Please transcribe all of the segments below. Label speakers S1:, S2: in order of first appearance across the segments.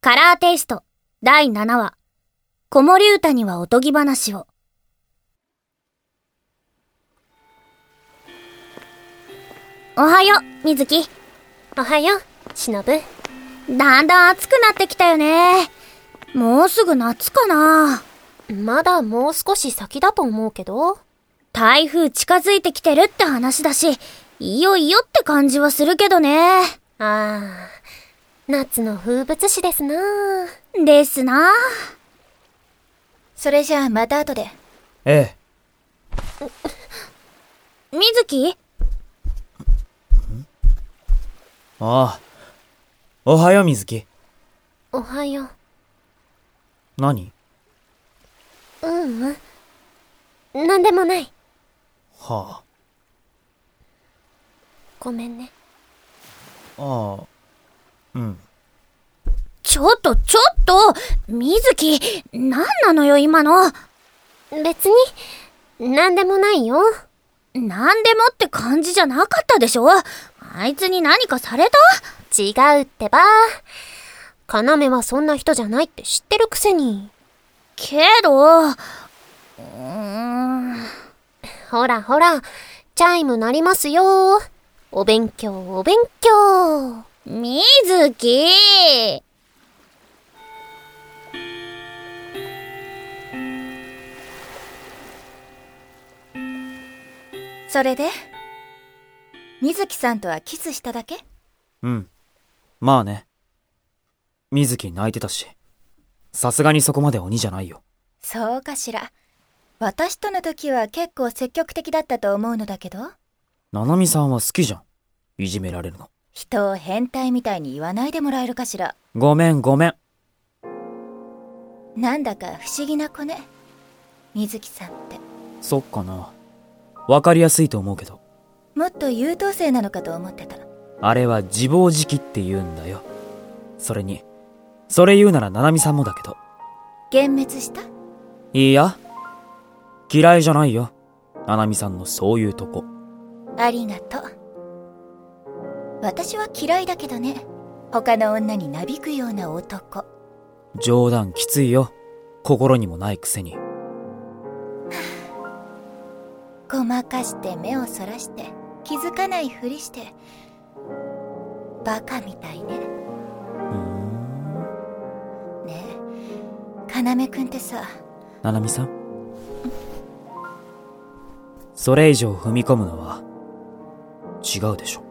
S1: カラーテイスト第7話子守唄にはおとぎ話をおはようみずき
S2: おはよう、しのぶ。
S1: だんだん暑くなってきたよねもうすぐ夏かな
S2: まだもう少し先だと思うけど。
S1: 台風近づいてきてるって話だしいよいよって感じはするけどね
S2: ああ、夏の風物詩ですな
S1: ですな
S3: それじゃあまた後で。
S4: ええ
S1: みずき
S4: ああおはよう水木
S2: おはよ
S4: 何
S2: う。うんうん。なんでもない。
S4: は
S2: ごめんね。
S4: あああうん
S1: ちょっとちょっとみずき何なのよ今の
S2: 別に、なんでもないよ。
S1: なんでもって感じじゃなかったでしょあいつに何かされた
S2: 違うってば。かなめはそんな人じゃないって知ってるくせに。
S1: けど、うーん、
S2: ほらほら、チャイム鳴りますよ。お勉強、お勉強。
S1: みずき
S3: それで水木さんとはキスしただけ
S4: うんまあね水木泣いてたしさすがにそこまで鬼じゃないよ
S3: そうかしら。私との時は結構積極的だったと思うのだけど、
S4: 七海さんは好きじゃんいじめられるの
S3: 人を変態みたいに言わないでもらえるかしら。
S4: ごめんごめん
S3: なんだか不思議な子ね。水木さんって。
S4: そっかなわかりやすいと思うけど
S3: もっと優等生なのかと思ってた。
S4: あれは自暴自棄って言うんだよそれにそれ言うなら七海さんもだけど
S3: 幻滅した
S4: いいや嫌いじゃないよ七海さんのそういうとこ
S3: ありがとう。私は嫌いだけどね。他の女になびくような男。
S4: 冗談きついよ心にもないくせに
S3: ごまかして目をそらして気づかないふりしてバカみたいね
S4: うーん
S3: ねえ要くんってさ
S4: ななみさんそれ以上踏み込むのは違うでしょ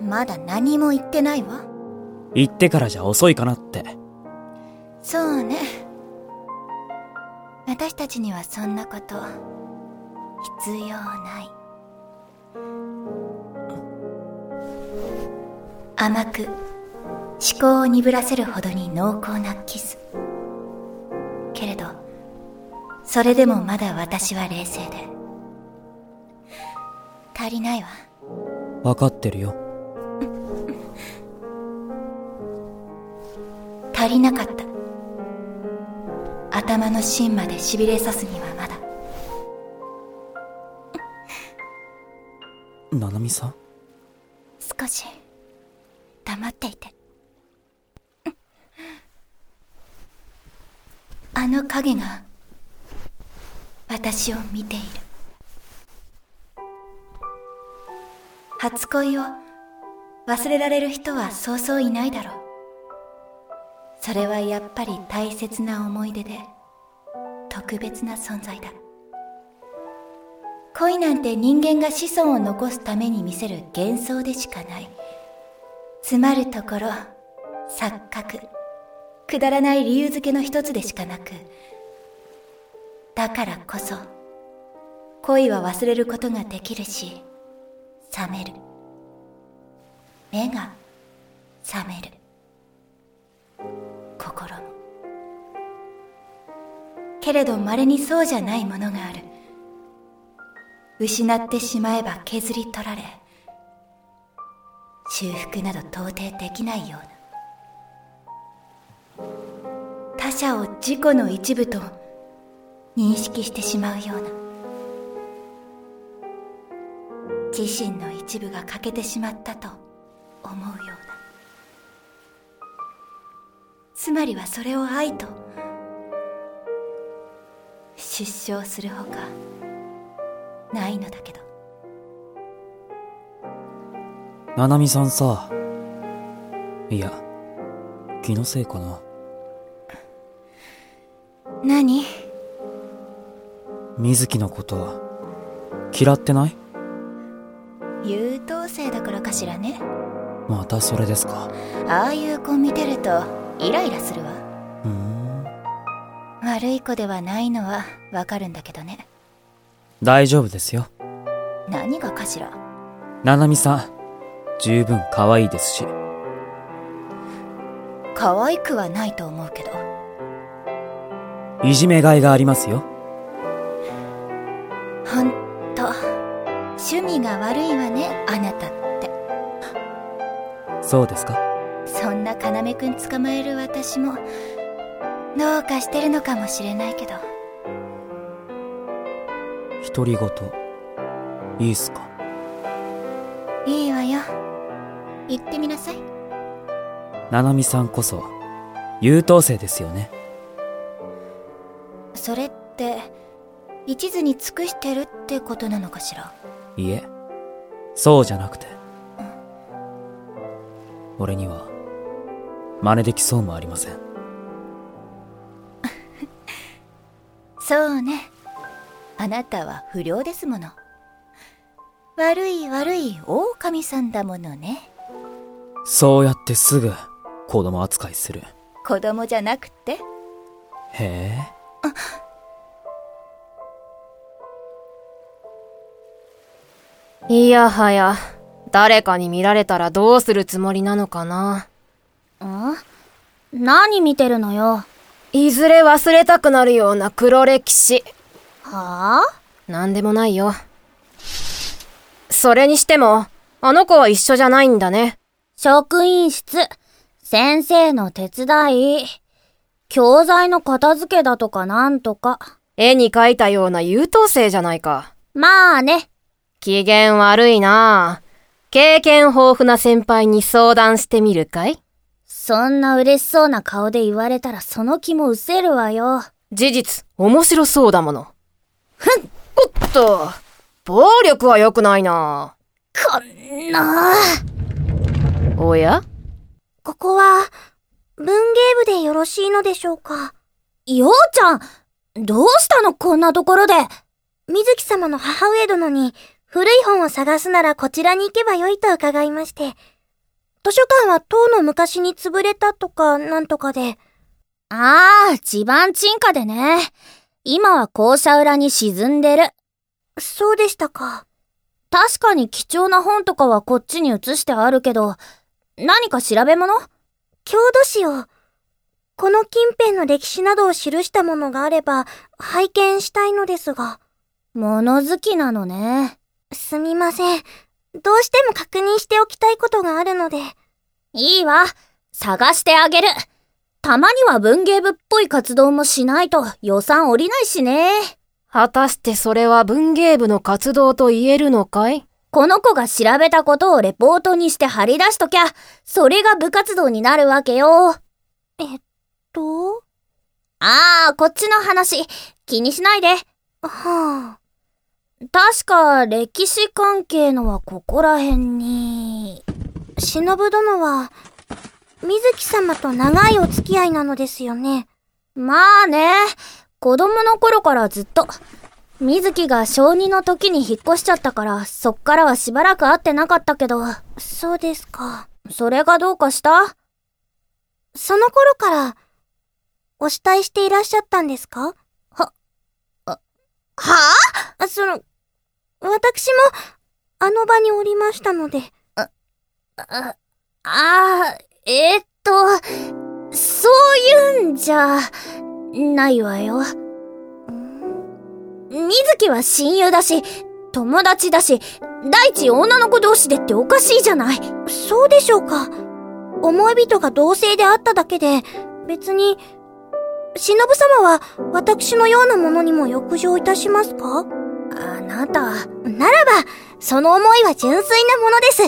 S3: まだ何も言ってないわ
S4: 言ってからじゃ遅いかなって
S3: そうね私たちにはそんなこと必要ない甘く思考を鈍らせるほどに濃厚なキスけれどそれでもまだ私は冷静で足りないわ
S4: 分かってるよ
S3: 足りなかった頭の芯までしびれさすにはまだ
S4: ななみさん
S3: 少し黙っていてあの影が私を見ている初恋を忘れられる人はそうそういないだろうそれはやっぱり大切な思い出で特別な存在だ恋なんて人間が子孫を残すために見せる幻想でしかない詰まるところ錯覚くだらない理由付けの一つでしかなくだからこそ恋は忘れることができるし冷める目が覚める心もけれど稀にそうじゃないものがある失ってしまえば削り取られ修復など到底できないような他者を自己の一部と認識してしまうような自身の一部が欠けてしまったと思うような
S5: つまりはそれを愛と失笑するほかないのだけど
S4: ななみさんさいや気のせいかな
S5: 何
S4: 水木のこと嫌ってない
S5: 優等生だからかしらね
S4: またそれですか
S5: ああいう子見てるとイライラするわ
S4: うーん
S5: 悪い子ではないのはわかるんだけどね
S4: 大丈夫ですよ
S5: 何がかしら
S4: ななみさん十分可愛いですし
S5: 可愛くはないと思うけど
S4: いじめがいがありますよ
S5: ほんと趣味が悪いわねあなたって
S4: そうですか
S5: そんな要くん捕まえる私もどうかしてるのかもしれないけど
S4: 独り言いいっすか
S5: いいわよ行ってみなさい
S4: ななみさんこそ優等生ですよね
S5: それって一途に尽くしてるってことなのかしら
S4: いえそうじゃなくて俺には真似できそうもありません
S5: そうねあなたは不良ですもの悪い悪い狼さんだものね
S4: そうやってすぐ子供扱いする
S5: 子供じゃなくって
S4: へえ
S6: いやはや、誰かに見られたらどうするつもりなのかな。
S3: 何見てるのよ。
S6: いずれ忘れたくなるような黒歴史。
S3: はあ
S6: なんでもないよ。それにしても、あの子は一緒じゃないんだね。
S3: 職員室。先生の手伝い。教材の片付けだとかなんとか。
S6: 絵に描いたような優等生じゃないか。
S3: まあね。
S6: 機嫌悪いなあ経験豊富な先輩に相談してみるかい
S3: そんな嬉しそうな顔で言われたらその気も失せるわよ。
S6: 事実、面白そうだもの。ふんおっと暴力は良くないな
S3: こんな
S6: おや
S3: ここは、文芸部でよろしいのでしょうか。ようちゃん、どうしたのこんなところで。
S7: 水木様の母上殿に古い本を探すならこちらに行けばよいと伺いまして。図書館は唐の昔に潰れたとかなんとかで、
S3: ああ、地盤沈下でね。今は校舎裏に沈んでる。
S7: そうでしたか。
S3: 確かに貴重な本とかはこっちに移してあるけど、何か調べ物
S7: 郷土史を。この近辺の歴史などを記したものがあれば拝見したいのですが。
S3: 物好きなのね。
S7: すみません。どうしても確認しておきたいことがあるので。
S3: いいわ。探してあげる。たまには文芸部っぽい活動もしないと予算下りないしね。
S6: 果たしてそれは文芸部の活動と言えるのかい
S3: この子が調べたことをレポートにして貼り出しときゃ、それが部活動になるわけよ。
S7: どう
S3: ああ、こっちの話、気にしないで。
S7: はあ。
S3: 確か、歴史関係のはここら辺に。
S7: 忍殿は、水木様と長いお付き合いなのですよね。
S3: まあね、子供の頃からずっと。水木が小2の時に引っ越しちゃったから、そっからはしばらく会ってなかったけど、
S7: そうですか。
S3: それがどうかした
S7: その頃から、お慕いしていらっしゃったんですか
S3: は
S7: あ、その、私も、あの場におりましたので。
S3: ああー、えーっと、そういうんじゃ、ないわよ。水木は親友だし、友達だし、第一女の子同士でっておかしいじゃない。
S7: そうでしょうか。思い人が同性であっただけで、別に、忍様は私のようなものにも欲情いたしますか
S3: あなた、
S7: ならば、その思いは純粋なものです。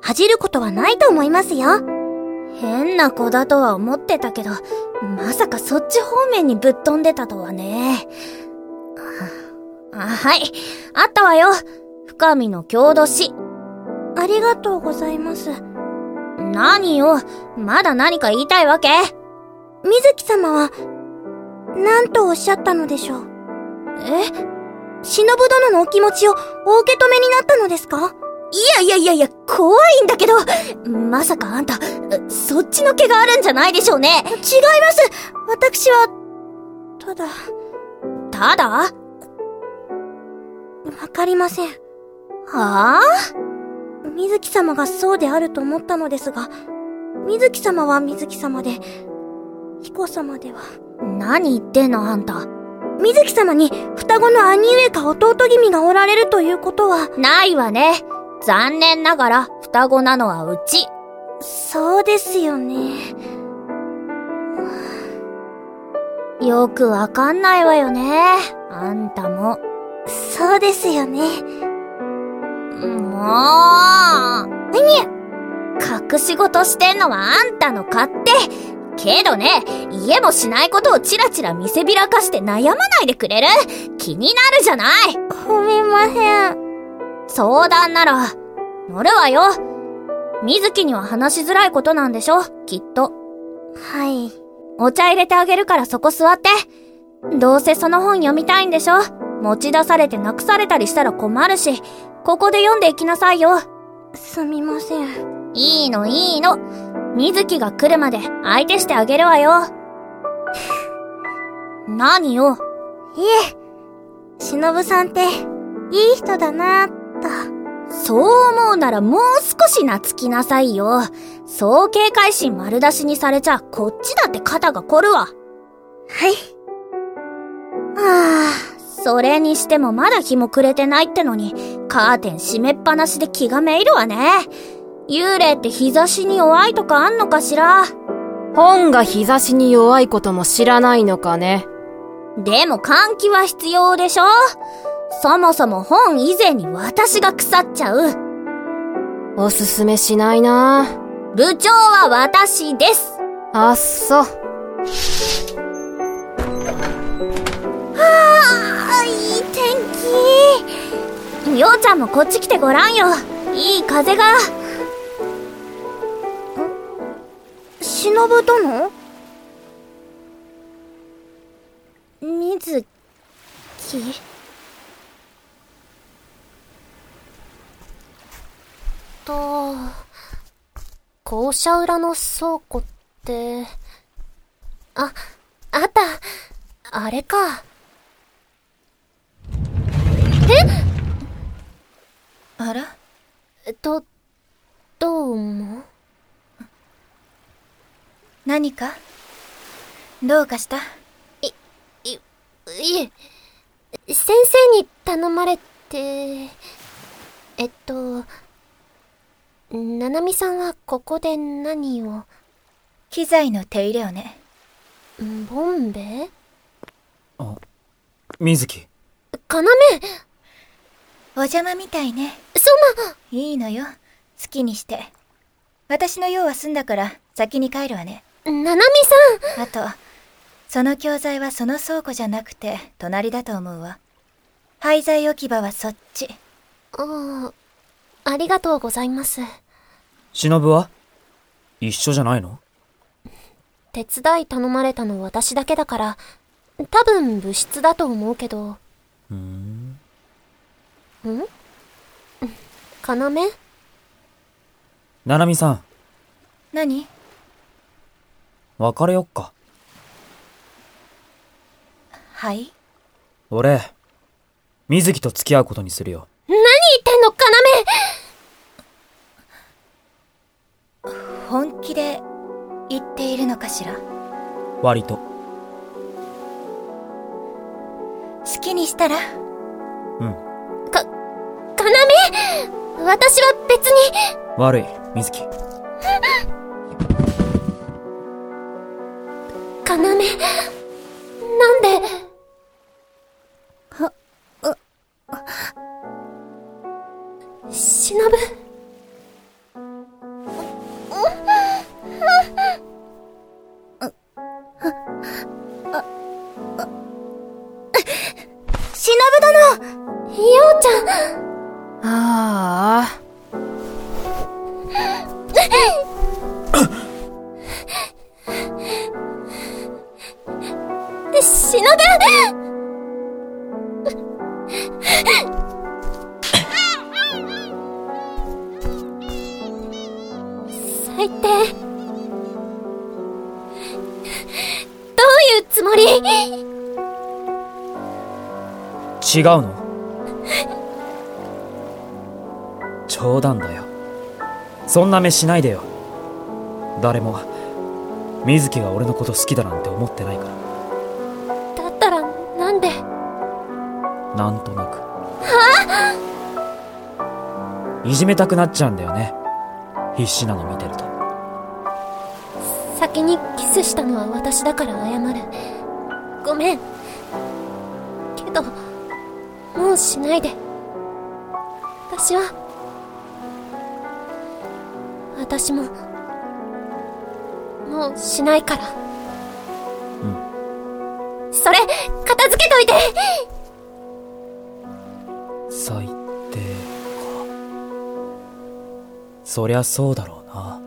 S7: 恥じることはないと思いますよ。
S3: へ変な子だとは思ってたけど、まさかそっち方面にぶっ飛んでたとはね。あ、あはい。あったわよ。深見の郷土史。
S8: ありがとうございます。
S3: 何よ。まだ何か言いたいわけ
S8: 水木様は、何とおっしゃったのでしょう
S3: え
S8: 忍殿のお気持ちをお受け止めになったのですか
S3: いやいやいやいや、怖いんだけど。まさかあんた、えそっちの毛があるんじゃないでしょうね。
S8: 違います私は、ただ、
S3: ただは
S8: わかりません。
S3: あ
S8: 水木様がそうであると思ったのですが、水木様は水木様で、彦様では。
S3: 何言ってんのあんた。
S8: 水木様に双子の兄上か弟君がおられるということは、
S3: ないわね。残念ながら、双子なのはうち。
S8: そうですよね。
S3: よくわかんないわよね。あんたも。
S8: そうですよね。
S3: もう何隠し事してんのはあんたの勝手けどね、家もしないことをチラチラ見せびらかして悩まないでくれる気になるじゃない
S8: 褒めません。
S3: 相談なら、乗るわよ水木には話しづらいことなんでしょきっと。
S8: はい。
S3: お茶入れてあげるからそこ座って。どうせその本読みたいんでしょ持ち出されてなくされたりしたら困るし、ここで読んでいきなさいよ。
S8: すみません。
S3: いいのいいの。水木が来るまで相手してあげるわ よ。何よ。
S8: 忍さんって、いい人だなぁ
S3: そう思うならもう少し懐きなさいよ。そう警戒心丸出しにされちゃこっちだって肩が凝るわ。
S8: と。はい。
S3: はあ、それにしてもまだ日も暮れてないってのに、カーテン閉めっぱなしで気がめいるわね。幽霊って日差しに弱いとかあんのかしら
S6: 本が日差しに弱いことも知らないのかね。
S3: でも換気は必要でしょそもそも本以前に私が腐っちゃう。
S6: おすすめしないな
S3: 部長は私です。
S6: あっそ。
S3: あ、いい天気。ようちゃんもこっち来てごらんよ。いい風が。
S8: 忍殿水木
S2: と、校舎裏の倉庫って、あ、あった、あれか。
S9: あら
S2: ど、どう思う
S9: 何かどうかした
S2: いえ、先生に頼まれて、えっと、ななみさんはここで何を、
S9: 機材の手入れをね。
S2: ボンベ
S4: 水木、
S2: かなめ
S9: お邪魔みたいね。
S2: そんな、
S9: いいのよ。好きにして。私の用は済んだから先に帰るわね。
S2: ななみさん
S9: あと、その教材はその倉庫じゃなくて隣だと思うわ。廃材置き場はそっち。
S2: ああ、ありがとうございます。
S4: 忍は一緒じゃないの
S2: 手伝い頼まれたの私だけだから、多分部室だと思うけど。うーん。んかなめ
S4: ななみさん、
S9: 何
S4: 別れよっか。
S9: はい
S4: 俺、水木と付き合うことにするよ。
S2: 言ってんのかな
S9: 本気で言っているのかしら
S4: 割と。
S9: 好きにしたら
S4: うん。
S2: めかなめ私は別に、
S4: 悪い、水木。
S2: かなめ、なんで、しのぶ。 最低。どういうつもり
S4: 違うの冗談だよそんな目しないでよ誰も水木が俺のこと好きだなんて思ってないか
S2: だったらなんで
S4: らなんとなくいじめたくなっちゃうんだよね必死なの見てると
S2: 先にキスしたのは私だから謝るごめんけどもうしないで私は私ももうしないからそれ片付けといて
S4: 最低かそりゃそうだろうな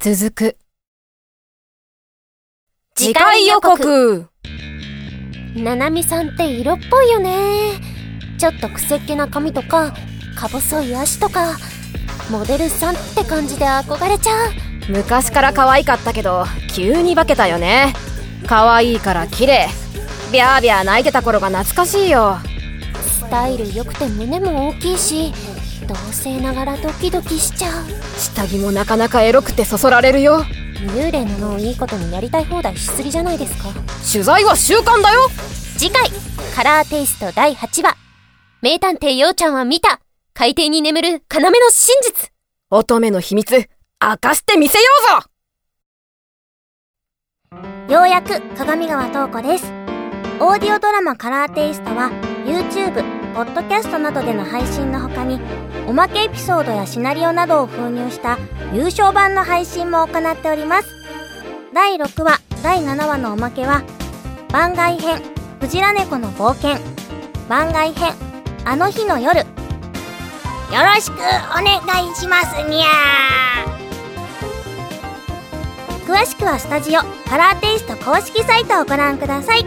S2: 忍
S6: 続く。次回予告
S2: ななみさんって色っぽいよねちょっとくせっ気な髪とかか細い足とかモデルさんって感じで憧れちゃう
S6: 昔から可愛かったけど、急に化けたよね。可愛いから綺麗。ビャービャー泣いてた頃が懐かしいよ。
S2: スタイル良くて胸も大きいし同性ながらドキドキしちゃう
S6: 下着もなかなかエロくてそそられるよ。
S2: 幽霊の脳をいいことにやりたい放題しすぎじゃないですか
S6: 取材は習慣だよ
S2: 次回カラーテイスト第8話名探偵陽ちゃんは見た海底に眠る要の真実
S6: 乙女の秘密、明かしてみせようぞ
S3: ようやく鏡川東子です。オーディオドラマカラーテイストは YouTube、ポッドキャストなどでの配信の他におまけエピソードやシナリオなどを封入した優勝版の配信も行っております。第6話、第7話のおまけは番外編、クジラ猫の冒険、番外編、あの日の夜。よろしくお願いしますにゃー詳しくはスタジオカラーテイスト公式サイトをご覧ください